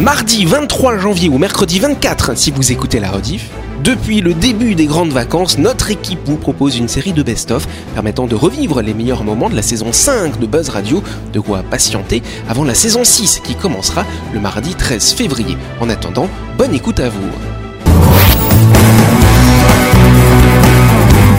Mardi 23 janvier ou mercredi 24, si vous écoutez la rediff, depuis le début des grandes vacances, notre équipe vous propose une série de best-of permettant de revivre les meilleurs moments de la saison 5 de Buzz Radio, de quoi patienter avant la saison 6 qui commencera le mardi 13 février. En attendant, bonne écoute à vous.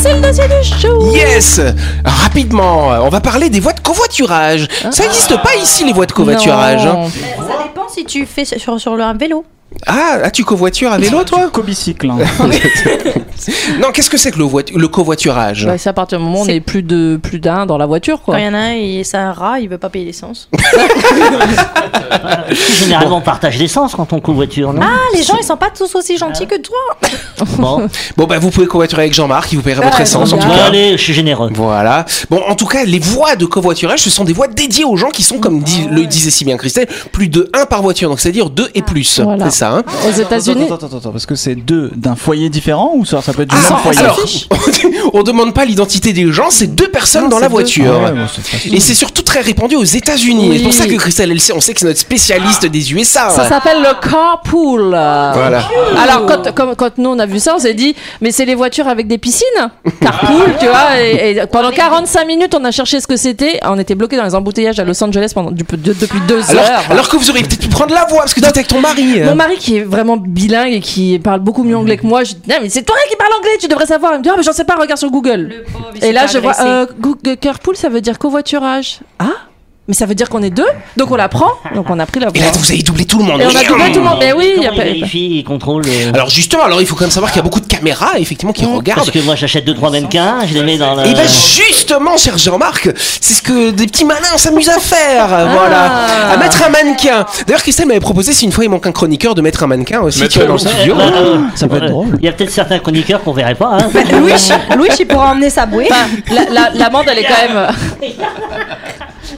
C'est le dossier du show. Yes Rapidement, on va parler des voies de covoiturage. Ça n'existe pas ici les voies de covoiturage. hein. Non. Ça dépend si tu fais sur, sur le- un vélo. Ah, ah, tu covoitures à vélo toi Cobicycle. hein. Non, qu'est-ce que c'est que le, voit- le covoiturage Bah, c'est à partir du moment où on C'est- est plus de plus d'un dans la voiture Quand quoi. il y en a un, il- c'est un rat, il veut pas payer l'essence. Généralement, on partage l'essence quand on covoiture, non Ah, les gens, ils sont pas tous aussi Ah. gentils que toi. Bon, Bon, bah vous pouvez covoiturer avec Jean-Marc, il vous paiera Ah, votre essence en tout bien. Bon, cas. allez, je suis généreux. Voilà. Bon, en tout cas, les voies de covoiturage, ce sont des voies dédiées aux gens qui sont, comme Ah dit- le disait si bien Christelle, plus de 1 par voiture, donc c'est-à-dire 2 et plus. Voilà. C'est ça, hein Aux États-Unis, Attends, attends, attends, attends, parce que c'est deux d'un foyer différent ou ça, ça peut être du Ah, même foyer alors, on demande pas l'identité des gens, c'est deux personnes Non, dans c'est la deux. Ah voiture. ouais, bon, c'est facile. Et c'est surtout très répandu aux États-Unis. Oui. C'est pour ça que Christelle, elle sait, on sait que c'est notre spécialiste des Ah USA. ça s'appelle le carpool. Voilà. Alors quand, quand, quand nous on a vu ça, on s'est dit mais c'est les voitures avec des piscines Carpool, tu vois. Et, et pendant 45 minutes, on a cherché ce que c'était. On était bloqué dans les embouteillages à Los Angeles pendant du- de- depuis deux Alors, euh, heures. alors que vous auriez peut-être pu prendre la voie parce que tu étais avec ton mari. Mon mari qui est vraiment bilingue et qui parle beaucoup mieux anglais que moi, je dis non mais c'est toi qui parle anglais, tu devrais savoir. Il me dit ah mais j'en sais pas, regarde sur Google. Et là je vois euh, Google carpool ça veut dire covoiturage. Ah mais ça veut dire qu'on est deux, donc on la prend, donc on a pris la Et voie. là, vous avez doublé tout le monde. Et on a doublé Bah, tout le monde. Mais oui, il y a Comment pas- il vérifie, il contrôle. euh, Alors justement, alors il faut quand même savoir qu'il y a beaucoup de caméras effectivement qui parce regardent. que euh, moi, j'achète deux trois mannequins, je les mets dans la. Et ben justement, cher Jean-Marc, c'est ce que des petits malins s'amusent à faire, Ah. voilà, à mettre un mannequin. D'ailleurs, Christelle m'avait proposé si une fois il manque un chroniqueur de mettre un mannequin aussi Mettre tu vois, un dans le studio. Ouais, ouais, ouais. Ça peut être euh, Ouais. drôle. Il y a peut-être certains chroniqueurs qu'on verrait pas. hein. Louis, il pourra emmener sa bouée. Enfin, la- la- l'amende elle est quand même.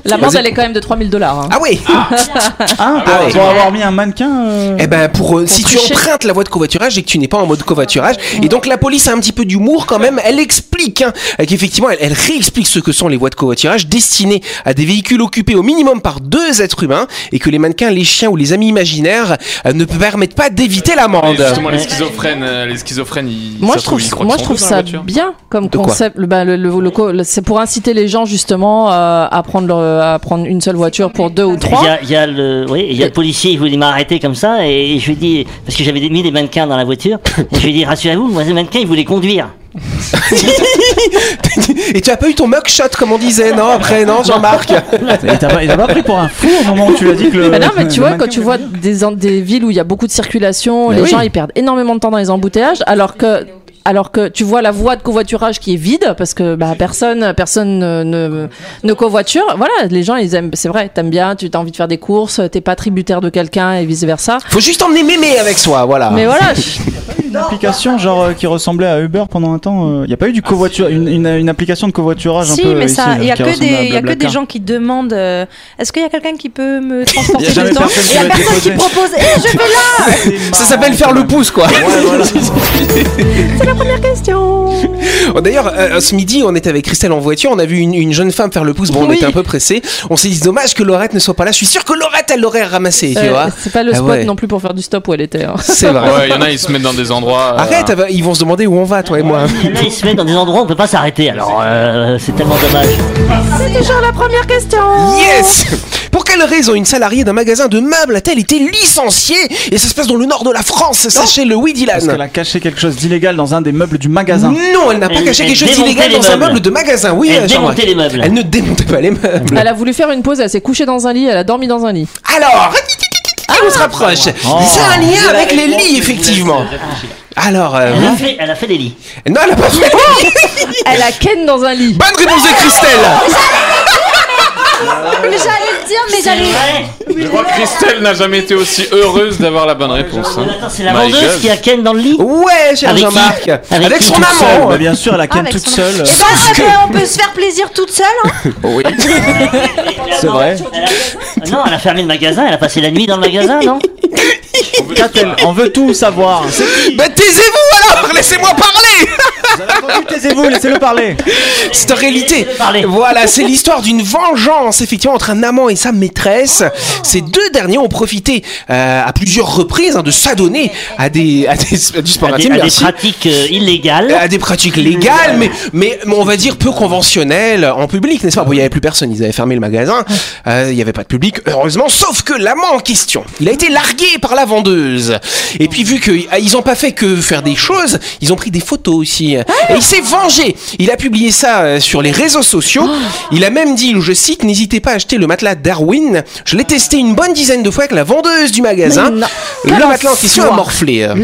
L'amende elle est quand même de 3000 dollars. hein. Ah oui. Ah, pour, Ah ouais. pour avoir mis un mannequin. euh, Eh ben pour euh, si tu tricher. empruntes la voie de covoiturage et que tu n'es pas en mode covoiturage, et donc la police a un petit peu d'humour quand même, elle explique hein, euh, qu'effectivement elle, elle réexplique ce que sont les voies de covoiturage destinées à des véhicules occupés au minimum par deux êtres humains et que les mannequins, les chiens ou les amis imaginaires euh, ne permettent pas d'éviter Mais l'amende. justement, les schizophrènes, euh, les schizophrènes, ils, Moi ça je trouve, ils croient moi qu'ils je sont trouve dans ça la voiture. bien comme De quoi concept. Le- bah, le- le- le co- le- c'est pour inciter les gens justement euh, à prendre le- à prendre une seule voiture pour deux ou trois. Il y a, il y a le, oui, il y a le policier, il voulait m'arrêter comme ça, et je lui dis, parce que j'avais mis des mannequins dans la voiture, et je lui ai dit, rassurez-vous, moi, ces mannequins, ils voulaient conduire. Et tu as pas eu ton mugshot comme on disait, non Après, non, Jean-Marc Et t'as pas, et t'as pas pris pour un fou au moment où tu as dit que Euh, le. Bah non, mais le tu vois, mannequin quand tu voulait vois conduire. des, en- des villes où il y a beaucoup de circulation, Mais les Bah oui. gens ils perdent énormément de temps dans les embouteillages, alors que alors que tu vois la voie de covoiturage qui est vide parce que bah, personne personne ne, ne, ne covoiture. Voilà, les gens ils aiment, c'est vrai, t'aimes bien, tu as envie de faire des courses, t'es pas tributaire de quelqu'un et vice versa. Faut juste emmener mémé avec soi, voilà. Mais voilà, Une application genre euh, qui ressemblait à Uber pendant un temps. Il y a pas eu du Ah, covoiturage, une, une, une application de covoiturage un Si, peu. euh, mais ici, ça, il y a qui que ressemble à des, il y a que des Blablacar. gens qui demandent. euh, Est-ce qu'il y a quelqu'un qui peut me transporter Il y a jamais dedans personne qui Et il y a va te personne qui déposer. propose. Eh, je vais là. Ça Ah, s'appelle faire le pouce, quoi. Question. Oh, D'ailleurs, euh, ce midi, on était avec Christelle en voiture, on a vu une, une jeune femme faire le pouce. Bon, on Oui. était un peu pressé. On s'est dit dommage que Laurette ne soit pas là. Je suis sûr que Laurette, elle l'aurait ramassé, tu Euh, vois. c'est pas le Ah spot ouais. non plus pour faire du stop où elle était. hein. C'est vrai. Ouais, il y en a, ils se mettent dans des endroits. euh, Arrête, elle va- ils vont se demander où on va, toi et moi. Il y en a, ils se mettent dans des endroits où on peut pas s'arrêter, alors euh, c'est tellement dommage. Yes Pour quelle raison une salariée d'un magasin de meubles a-t-elle été licenciée Et ça se passe dans le nord de la France, sachez-le, oui, Parce qu'elle Dylan. a caché quelque chose d'illégal dans un des meubles du magasin. Non, elle n'a pas Elle- caché elle quelque chose démontait d'illégal les dans un meubles. meuble de magasin, oui, Elle euh, Jean-Marc. démontait les meubles. Elle ne démontait pas les meubles. Elle a voulu faire une pause, elle s'est couchée dans un lit, elle a dormi dans un lit. Alors, on se rapproche. Oh. C'est un lien avec les lits, effectivement. Alors, euh, Elle a fait, elle a fait des lits. non, elle a pas fait. Elle a ken dans un lit. Bonne réponse de Christelle. Mais j'allais le dire, mais C'est j'allais. vrai Je crois que Oh, Christelle n'a jamais été aussi heureuse d'avoir la bonne réponse. hein. Mais attends, c'est la My vendeuse God. qui a Ken dans le lit Oh, Ouais, cher Avec qui Jean-Marc Avec, Avec qui son Toute amant Bah, bien sûr, la canne Avec toute son- seule. Eh ben, eh ben, on peut se faire plaisir toute seule. Hein. Oui. C'est vrai. Ah Non, elle a fermé le magasin, elle a passé la nuit dans le magasin, non Catel, on veut tout savoir. Bah taisez-vous alors Laissez-moi parler Taisez-vous, laissez-le parler. C'est en réalité. Parlez. Voilà, c'est l'histoire d'une vengeance, effectivement, entre un amant et sa maîtresse. Ces deux derniers ont profité euh, à plusieurs reprises hein, de s'adonner à des, à des, à du sport À des, intime, à des merci. pratiques euh, illégales. à des Mmh. pratiques légales, mais, mais, mais on va dire peu conventionnelles en public, n'est-ce pas Bon, il n'y avait plus personne, ils avaient fermé le magasin, euh, il n'y avait pas de public, heureusement, sauf que l'amant en question, il a été largué par la vendeuse. Et puis vu qu'ils n'ont pas fait que faire des choses, ils ont pris des photos Ah. aussi. Et il s'est vengé Il a publié ça euh, sur les réseaux sociaux, Ah. il a même dit, je cite, n'hésitez pas à acheter le matelas Darwin, je l'ai testé une bonne dizaine de fois avec la vendeuse du magasin, Mais non. le Quel matelas en question a enfoiré. morflé. Euh,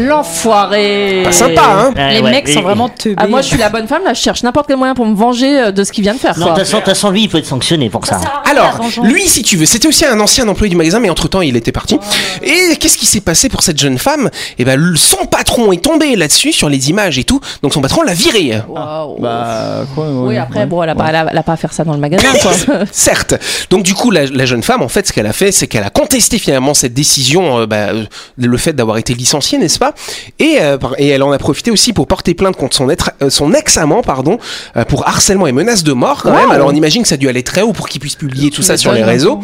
L'enfoiré. Pas sympa, hein Ouais, Les ouais, mecs et- sont vraiment teubés. Ah, moi, je suis la bonne femme, là, je cherche n'importe quel moyen pour me venger euh, de ce qu'il vient de faire. Non, de quoi. toute façon- de toute façon, lui, il peut être sanctionné pour ça. Alors, lui, si tu veux, c'était aussi un ancien employé du magasin, mais entre-temps, il était parti. Et qu'est-ce qui s'est passé pour cette jeune femme Eh ben, le- son patron est tombé là-dessus, sur les images et tout. Donc, son patron l'a viré, Waouh. Bah, quoi ouais, oui, après, ouais. bon, elle a, pas, elle a- elle a pas à faire ça dans le magasin, quoi. certes. Donc, du coup, la, la jeune femme, en fait, ce qu'elle a fait, c'est qu'elle a contesté finalement cette décision, euh, bah, euh, le fait d'avoir été licenciée, n'est-ce pas et, euh, par- et elle en a profité aussi pour porter plainte contre son, être- euh, son ex-amant, pardon, euh, pour harcèlement et menace de mort, quand même. Alors, on imagine que ça a dû aller très haut pour qu'il puisse publier tout ça sur les m'étonnes. réseaux.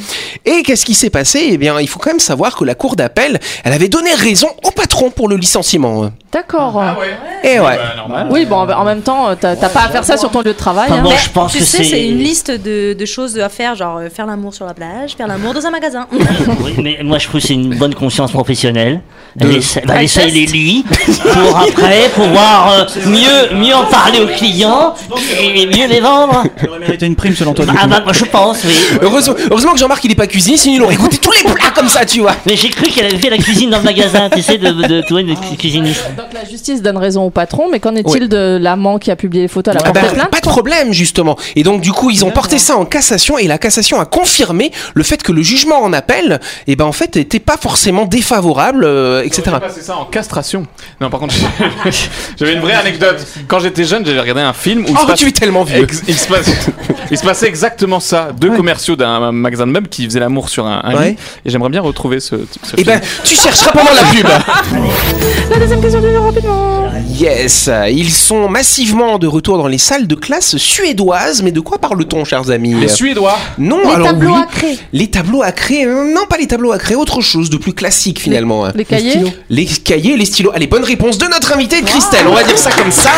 Et qu'est-ce qui s'est passé Eh bien, il faut quand même savoir que la cour d'appel, elle avait donné raison au patron pour le licenciement. D'accord. Et ouais. Oui, bon, en même temps, euh, t'as t'as pas à faire ça sur ton lieu de travail. Enfin, Oh, hein. bon, Mais je pense tu que sais, c'est c'est une liste de, de choses à faire, genre euh, faire l'amour sur la plage, faire l'amour dans un magasin. Oui, mais moi je trouve que c'est une bonne conscience professionnelle. De- Laisse- bah, Laissez-les lui pour après pouvoir euh, mieux, mieux en parler aux clients et, et mieux les vendre. Il aurait mérité une prime selon toi. du Ah coup. bah moi, je pense, oui. Heureusement, heureusement que Jean-Marc, il est pas cuisinier, sinon il aurait goûté tous les plats comme ça, tu vois. Mais j'ai cru qu'elle avait fait la cuisine dans le magasin, tu sais, de, de, de, toi, une cu- cuisiniste. Donc la justice donne raison au patron, mais qu'en est-il Oui. de l'amant qui a publié les photos à la Ah porte bah, plainte pas de problème justement. Et donc du coup, ils ont porté ça en cassation et la cassation a confirmé le fait que le jugement en appel, et ben en fait, n'était pas forcément défavorable, euh, etc. C'est ça en castration. Non, par contre, j'avais une vraie anecdote. Quand j'étais jeune, j'avais regardé un film où il se Oh, passe- tu es tellement vieux. Ex- il, se passe- il se passait exactement ça. Deux commerciaux d'un magasin de meubles qui faisaient l'amour sur un, un Ouais. lit. Et j'aimerais bien retrouver ce. ce Et film. ben, tu chercheras pendant la pub. La deuxième question du jour, rapidement. Yes, ils sont massivement de retour dans les salles de classe suédoises, mais de quoi parle-t-on, chers amis Les Suédois. Non, Les bah, alors tableaux oui, à créer. les tableaux à créer, euh, non pas les tableaux à créer, autre chose de plus classique finalement. hein. Les cahiers Les cahiers, les stylos. Allez, bonne réponse de notre invitée Christelle. On va dire ça comme ça.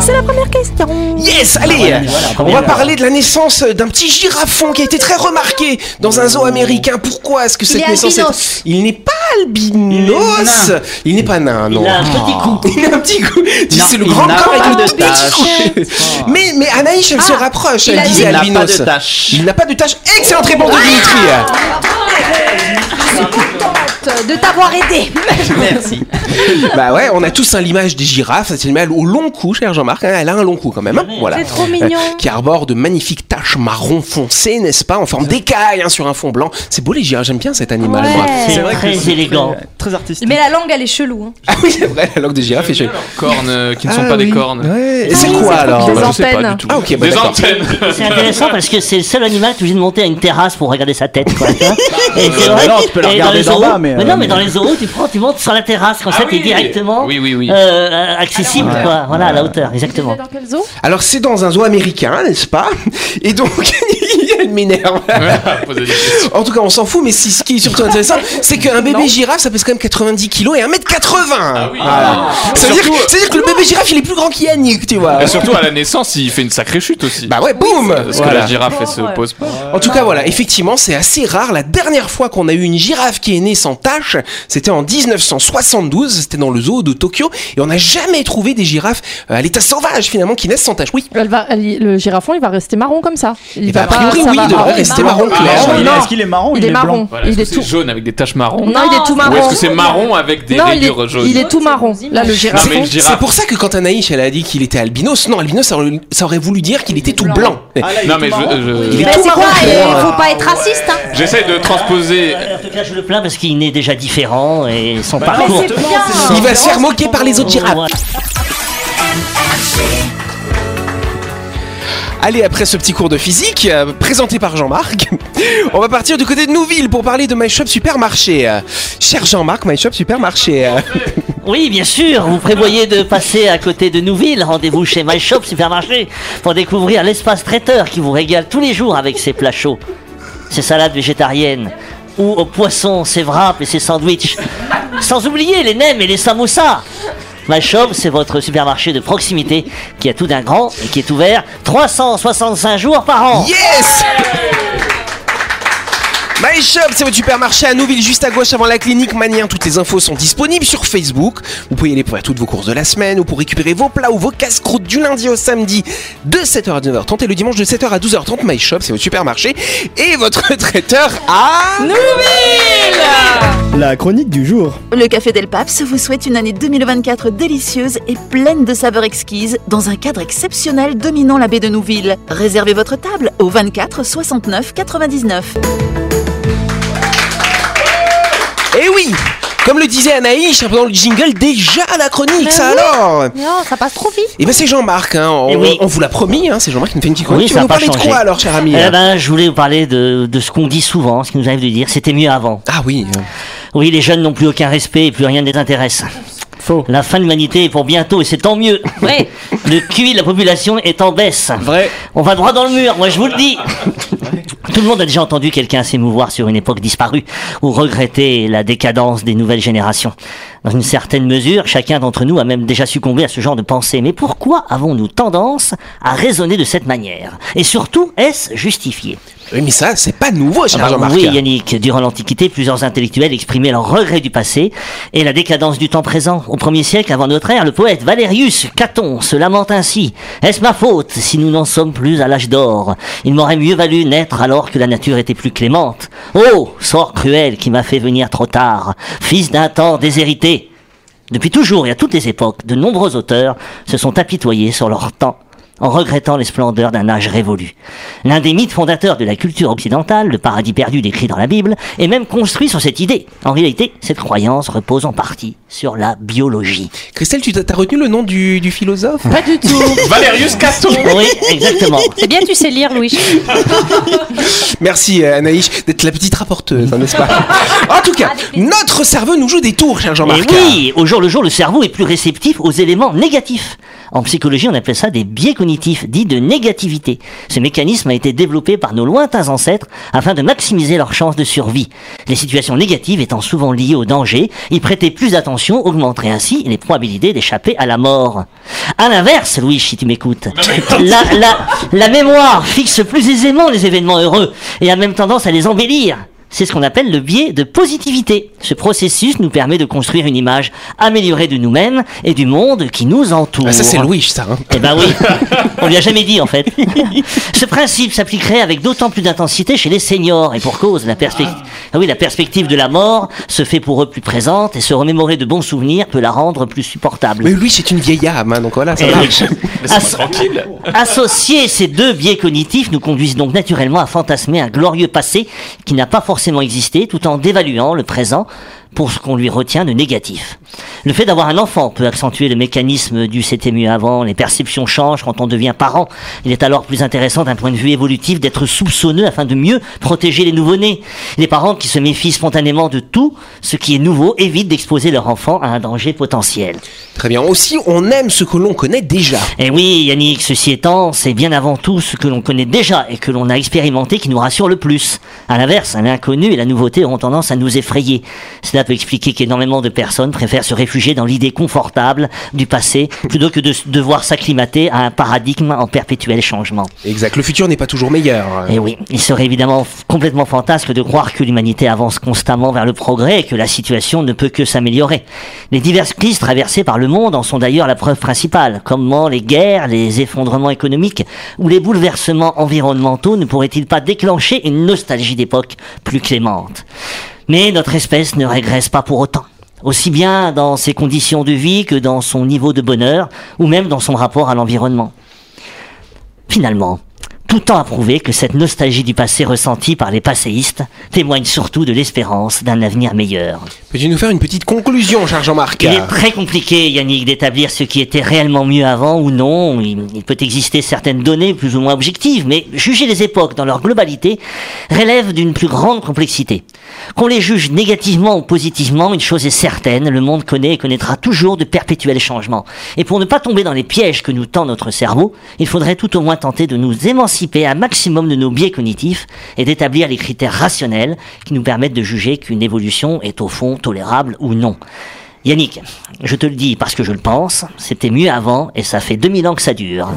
C'est la première question. Yes, allez On va parler de la naissance d'un petit girafon qui a été très remarqué dans un zoo américain. Pourquoi est-ce que cette est naissance albinos. est... Il n'est pas albinos nain. Il n'est pas nain, non. Ah. Il a un petit coup. Il a un petit coup. Dis, Non, C'est le il grand n'a corps avec pas le de petit tache. Oh. coup. Mais, mais Anaïs, elle se rapproche. Elle Ah, a dit- Ah. disait Il n'a pas albinos. de tache. Il n'a pas de tache. Excellente réponse de Dimitri. De t'avoir aidé. Merci. Bah ouais, on a tous hein, l'image des girafes. C'est une animal au long cou, cher Jean-Marc. hein. Elle a un long cou quand même. hein. Voilà. C'est trop mignon. Euh, qui arbore de magnifiques taches marron foncé, n'est-ce pas, en forme d'écaille hein, sur un fond blanc. C'est beau les girafes, j'aime bien cet animal. moi. C'est vrai que très c'est élégant. très- Très artistique. Mais la langue, elle est chelou. hein. Ah oui, c'est vrai, la langue des girafes est chelou. Cornes euh, qui ne sont pas des cornes. Ah Ouais. Ah Ah Et c'est quoi alors Des Bah, je antennes. sais pas du tout. Ah, ok, bah, Des d'accord. antennes. C'est intéressant parce que c'est le seul animal qui est obligé de monter à une terrasse pour regarder sa tête. Quoi, tu vois. et c'est euh, vrai non, que- tu peux la et dans regarder les d'en zoos- bas, mais, euh, non, mais mais- dans les zoos, tu prends, tu montes sur la terrasse comme ça, Ah t'es oui. directement Oui, oui, oui. euh, accessible, quoi. Voilà, à la hauteur, exactement. Dans quel zoo Alors c'est dans un zoo américain, n'est-ce pas Et donc, elle m'énerve. Poser des questions. En tout cas, on s'en fout, mais si- ce qui est surtout intéressant, c'est qu'un bébé girafe, ça pèse quand même 90 kilos et 1m80. Voilà. Ah Ah. Ça veut dire, ça veut dire que le bébé girafe, il est plus grand qu'Yannick, tu vois. Et surtout à la naissance, il fait une sacrée chute aussi. Bah ouais, boum Parce que la girafe, elle se pose pas. En tout cas, voilà, effectivement, c'est assez rare. La dernière fois qu'on a eu une girafe qui est née sans tache, c'était en 1972, c'était dans le zoo de Tokyo, et on n'a jamais trouvé des girafes euh, à l'état sauvage, finalement, qui naissent sans tache. Oui, Elle va, elle- le girafon, il va rester marron comme ça. Il Eh ben, a priori, ça oui, va- il devrait ah, rester marron. marron clair. Marron, il est- non. Est-ce qu'il est marron ou Il est blanc marron. Voilà, Il est-ce est que tout. c'est jaune avec des taches marron Non, il est tout Ou est-ce marron. que c'est marron avec des Non, il rayures est, jaunes il est tout marron. Là, le Non, girafon. mais une c'est c'est girafe. pour ça que quand Anaïs, elle a dit qu'il était albinos, non, albinos, ça aurait, ça aurait voulu dire qu'il était tout blanc. Ah, là, il est Non, tout mais marron. je- Il je- est Mais tout c'est quoi marron. Il faut pas être raciste. hein. j'essaie de transposer. En tout cas, je le plains parce qu'il n'est déjà différent et son Ah, Mais parcours. c'est bien. Il va se faire moquer par les autres girafes. Ouais. Allez, après ce petit cours de physique, euh, présenté par Jean-Marc, on va partir du côté de Nouville pour parler de My Shop Supermarché. Euh, cher Jean-Marc, My Shop Supermarché. euh, Oui, bien sûr. Vous prévoyez de passer à côté de Nouville. Rendez-vous chez My Shop Supermarché pour découvrir l'espace traiteur qui vous régale tous les jours avec ses plats chauds, ses salades végétariennes ou au poisson, ses wraps et ses sandwichs. Sans oublier les nems et les samoussas. My Shop, c'est votre supermarché de proximité qui a tout d'un grand et qui est ouvert 365 jours par an. Yes My Shop, c'est votre supermarché à Nouville, juste à gauche avant la clinique Manien. Toutes les infos sont disponibles sur Facebook. Vous pouvez y aller pour faire toutes vos courses de la semaine ou pour récupérer vos plats ou vos casse-croûtes du lundi au samedi de 7h à 9h30 et le dimanche de 7h à 12h30. My Shop, c'est votre supermarché et votre traiteur à... La chronique du jour. Le Café Del Paps vous souhaite une année 2024 délicieuse et pleine de saveurs exquises dans un cadre exceptionnel dominant la baie de Nouville. Réservez votre table au 24 69 99. Eh oui comme le disait Anaïs pendant le jingle, déjà la chronique, ça alors Bah Non, ça passe trop vite. Et ben c'est Jean-Marc, hein, on, Eh oui. on vous l'a promis, hein, c'est Jean-Marc qui nous fait une petite chronique. Oui, tu vas ça a nous pas parler de changé. quoi alors, hein cher ami Eh ben, je voulais vous parler de, de ce qu'on dit souvent, ce qui nous arrive de dire, c'était mieux avant. Ah oui, euh, Oui, les jeunes n'ont plus aucun respect et plus rien ne les intéresse. Faux. La fin de l'humanité est pour bientôt et c'est tant mieux. Ouais. Le QI de la population est en baisse. Vrai. On va droit dans le mur, moi je vous le dis. Tout le monde a déjà entendu quelqu'un s'émouvoir sur une époque disparue ou regretter la décadence des nouvelles générations. Dans une certaine mesure, chacun d'entre nous a même déjà succombé à ce genre de pensée. Mais pourquoi avons-nous tendance à raisonner de cette manière Et surtout, est-ce justifié Oui, mais ça, c'est pas nouveau, cher ah bah Jean-Marc. Oui, Yannick, durant l'Antiquité, plusieurs intellectuels exprimaient leur regret du passé et la décadence du temps présent. Au premier siècle avant notre ère, le poète Valérius Caton se lamente ainsi. Est-ce ma faute si nous n'en sommes plus à l'âge d'or Il m'aurait mieux valu naître alors que la nature était plus clémente. Oh, sort cruel qui m'a fait venir trop tard, fils d'un temps déshérité. Depuis toujours et à toutes les époques, de nombreux auteurs se sont apitoyés sur leur temps en regrettant les splendeurs d'un âge révolu. L'un des mythes fondateurs de la culture occidentale, le paradis perdu décrit dans la Bible, est même construit sur cette idée. En réalité, cette croyance repose en partie sur la biologie. Christelle, tu t'as t'as retenu le nom du, du philosophe Pas du tout. Valérius Caton Oui, exactement. C'est bien, tu sais lire, Louis. Merci euh, Anaïs d'être la petite rapporteuse, hein, n'est-ce pas En tout Ah, cas, notre cerveau nous joue des tours, cher Jean-Marc. Et Eh oui, au jour le jour, le cerveau est plus réceptif aux éléments négatifs. En psychologie, on appelle ça des biais cognitifs, dits de négativité. Ce mécanisme a été développé par nos lointains ancêtres afin de maximiser leurs chances de survie. Les situations négatives étant souvent liées au danger, y prêter plus attention augmenterait ainsi les probabilités d'échapper à la mort. À l'inverse, Louis, si tu m'écoutes, la, la, la mémoire fixe plus aisément les événements heureux et a même tendance à les embellir. C'est ce qu'on appelle le biais de positivité. Ce processus nous permet de construire une image améliorée de nous-mêmes et du monde qui nous entoure. Ah, ça, c'est Louis, ça. hein. Eh ben oui, on lui a jamais dit en fait. Ce principe s'appliquerait avec d'autant plus d'intensité chez les seniors et pour cause, la perspective, oui, la perspective de la mort se fait pour eux plus présente et se remémorer de bons souvenirs peut la rendre plus supportable. Mais Louis, c'est une vieille âme, hein, donc voilà, ça Eh va. oui. Ah, Asso- Associer ces deux biais cognitifs nous conduisent donc naturellement à fantasmer un glorieux passé qui n'a pas forcément existé tout en dévaluant le présent pour ce qu'on lui retient de négatif. Le fait d'avoir un enfant peut accentuer le mécanisme du c'était mieux avant, les perceptions changent quand on devient parent. Il est alors plus intéressant d'un point de vue évolutif d'être soupçonneux afin de mieux protéger les nouveau-nés. Les parents qui se méfient spontanément de tout ce qui est nouveau évitent d'exposer leur enfant à un danger potentiel. Très bien. Aussi, on aime ce que l'on connaît déjà. Eh oui, Yannick, ceci étant, c'est bien avant tout ce que l'on connaît déjà et que l'on a expérimenté qui nous rassure le plus. À l'inverse, l'inconnu et la nouveauté auront tendance à nous effrayer. Cela peut expliquer qu'énormément de personnes préfèrent se réfugier dans l'idée confortable du passé plutôt que de s- devoir s'acclimater à un paradigme en perpétuel changement. Exact. Le futur n'est pas toujours meilleur. hein. Et Eh oui, il serait évidemment f- complètement fantasque de croire que l'humanité avance constamment vers le progrès et que la situation ne peut que s'améliorer. Les diverses crises traversées par le monde en sont d'ailleurs la preuve principale. Comment les guerres, les effondrements économiques ou les bouleversements environnementaux ne pourraient-ils pas déclencher une nostalgie d'époque plus clémente Mais notre espèce ne régresse pas pour autant. Aussi bien dans ses conditions de vie que dans son niveau de bonheur ou même dans son rapport à l'environnement. Finalement, tout tend à prouver que cette nostalgie du passé ressentie par les passéistes témoigne surtout de l'espérance d'un avenir meilleur. Peux-tu nous faire une petite conclusion, cher Jean-Marc Il est très compliqué, Yannick, d'établir ce qui était réellement mieux avant ou non. Il, il peut exister certaines données plus ou moins objectives, mais juger les époques dans leur globalité relève d'une plus grande complexité. Qu'on les juge négativement ou positivement, une chose est certaine, le monde connaît et connaîtra toujours de perpétuels changements. Et pour ne pas tomber dans les pièges que nous tend notre cerveau, il faudrait tout au moins tenter de nous émanciper un maximum de nos biais cognitifs et d'établir les critères rationnels qui nous permettent de juger qu'une évolution est au fond tolérable ou non. Yannick, je te le dis parce que je le pense, c'était mieux avant et ça fait 2000 ans que ça dure.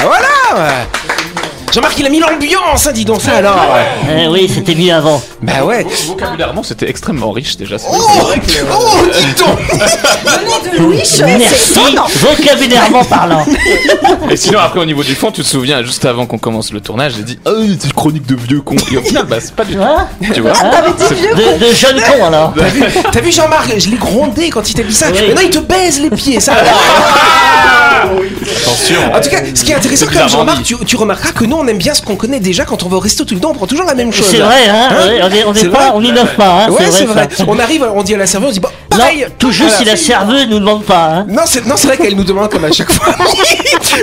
Ah, Voilà Jean-Marc, il a mis l'ambiance, hein, dis donc ça alors Eh oui, c'était mieux avant. Bah ouais Vocabulairement, c'était extrêmement riche déjà. c'est- Oh, oh dis donc Merci, vocabulairement parlant. Et sinon, après, au niveau du fond, tu te souviens, juste avant qu'on commence le tournage, j'ai dit Ah, oui, c'est chronique de vieux con. Et au final, bah, c'est pas du Tu tout. vois Tu vois Hein de, de jeunes cons alors. T'as vu, t'as vu Jean-Marc Je l'ai grondé quand il t'a dit ça. Oui. Maintenant, il te baise les pieds, ça. Attention. euh, En tout cas, ce qui est intéressant, C'est quand même, bizarrement Jean-Marc, dit. tu, tu remarqueras que nous, on aime bien ce qu'on connaît déjà quand on va au resto tout le temps, on prend toujours la même chose. C'est vrai, hein, Hein ouais, on est- on C'est est pas, vrai. on n'innove pas, hein, Ouais, c'est vrai. ça. On arrive, on dit à la serveuse, on dit bon, Non, pareil. tout juste Voilà. si la serveuse nous demande pas, hein. Non, c'est non, c'est vrai qu'elle nous demande comme à chaque fois.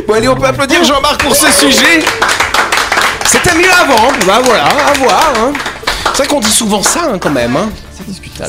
bon, allez, on peut applaudir Jean-Marc pour ce sujet. C'était mieux avant. Bah voilà, à voir. hein. C'est vrai qu'on dit souvent ça hein, quand même. hein.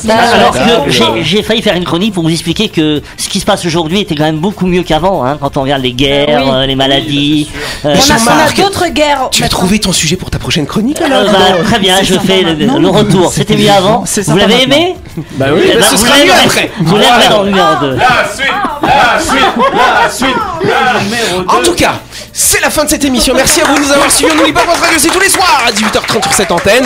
Alors Ah, que j'ai- j'ai failli faire une chronique pour vous expliquer que ce qui se passe aujourd'hui était quand même beaucoup mieux qu'avant, hein, quand on regarde les guerres, Ah oui. euh, les maladies. Mais euh, On a, on a Jean-Marc, d'autres guerres. Tu as maintenant. trouvé ton sujet pour ta prochaine chronique euh, alors bah, très bien, je fais le, le retour. C'était mieux avant. Vous l'avez aimé Bah Eh ben, bah, ce Vous sera mieux l'aimerez- après. vous l'aimerez dans le numéro 2. La suite, la suite, la suite, la numéro En tout cas, c'est la fin de cette émission. Merci à vous de nous avoir suivis. On n'oublie pas votre radio, c'est tous les soirs à 18h30 sur cette antenne.